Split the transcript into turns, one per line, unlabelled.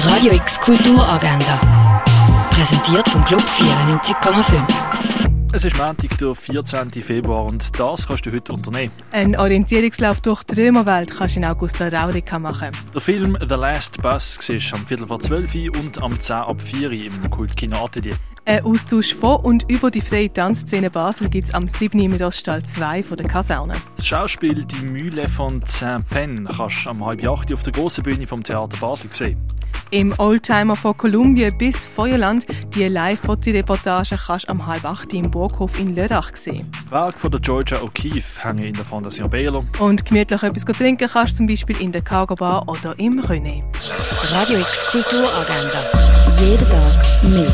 Radio X Kulturagenda. Präsentiert vom Club 94,5.
Es ist Montag, der 14. Februar und das kannst du heute unternehmen.
Ein Orientierungslauf durch die Römerwelt kannst du in Augusta Raurica machen.
Der Film «The Last Bus» siehst am Viertel vor 12 Uhr und am 10 ab 4 Uhr im Kultkino Atelier.
Ein Austausch von und über die freie Tanzszene Basel gibt es am 7. im Roststall 2 von der Kaserne.
Das Schauspiel «Die Mühle von Saint-Pen» kannst du am halb 8 Uhr auf der grossen Bühne vom Theater Basel sehen.
Im Oldtimer von Kolumbien bis Feuerland, die Live-Fotoreportage kannst du am halb 8 im Burghof in Lörrach sehen.
Werke von der Georgia O'Keeffe hängen in der Fondation Belo.
Und gemütlich etwas trinken kannst du zum Beispiel in der Cargo Bar oder im René.
Radio X Kulturagenda. Jeden Tag mehr.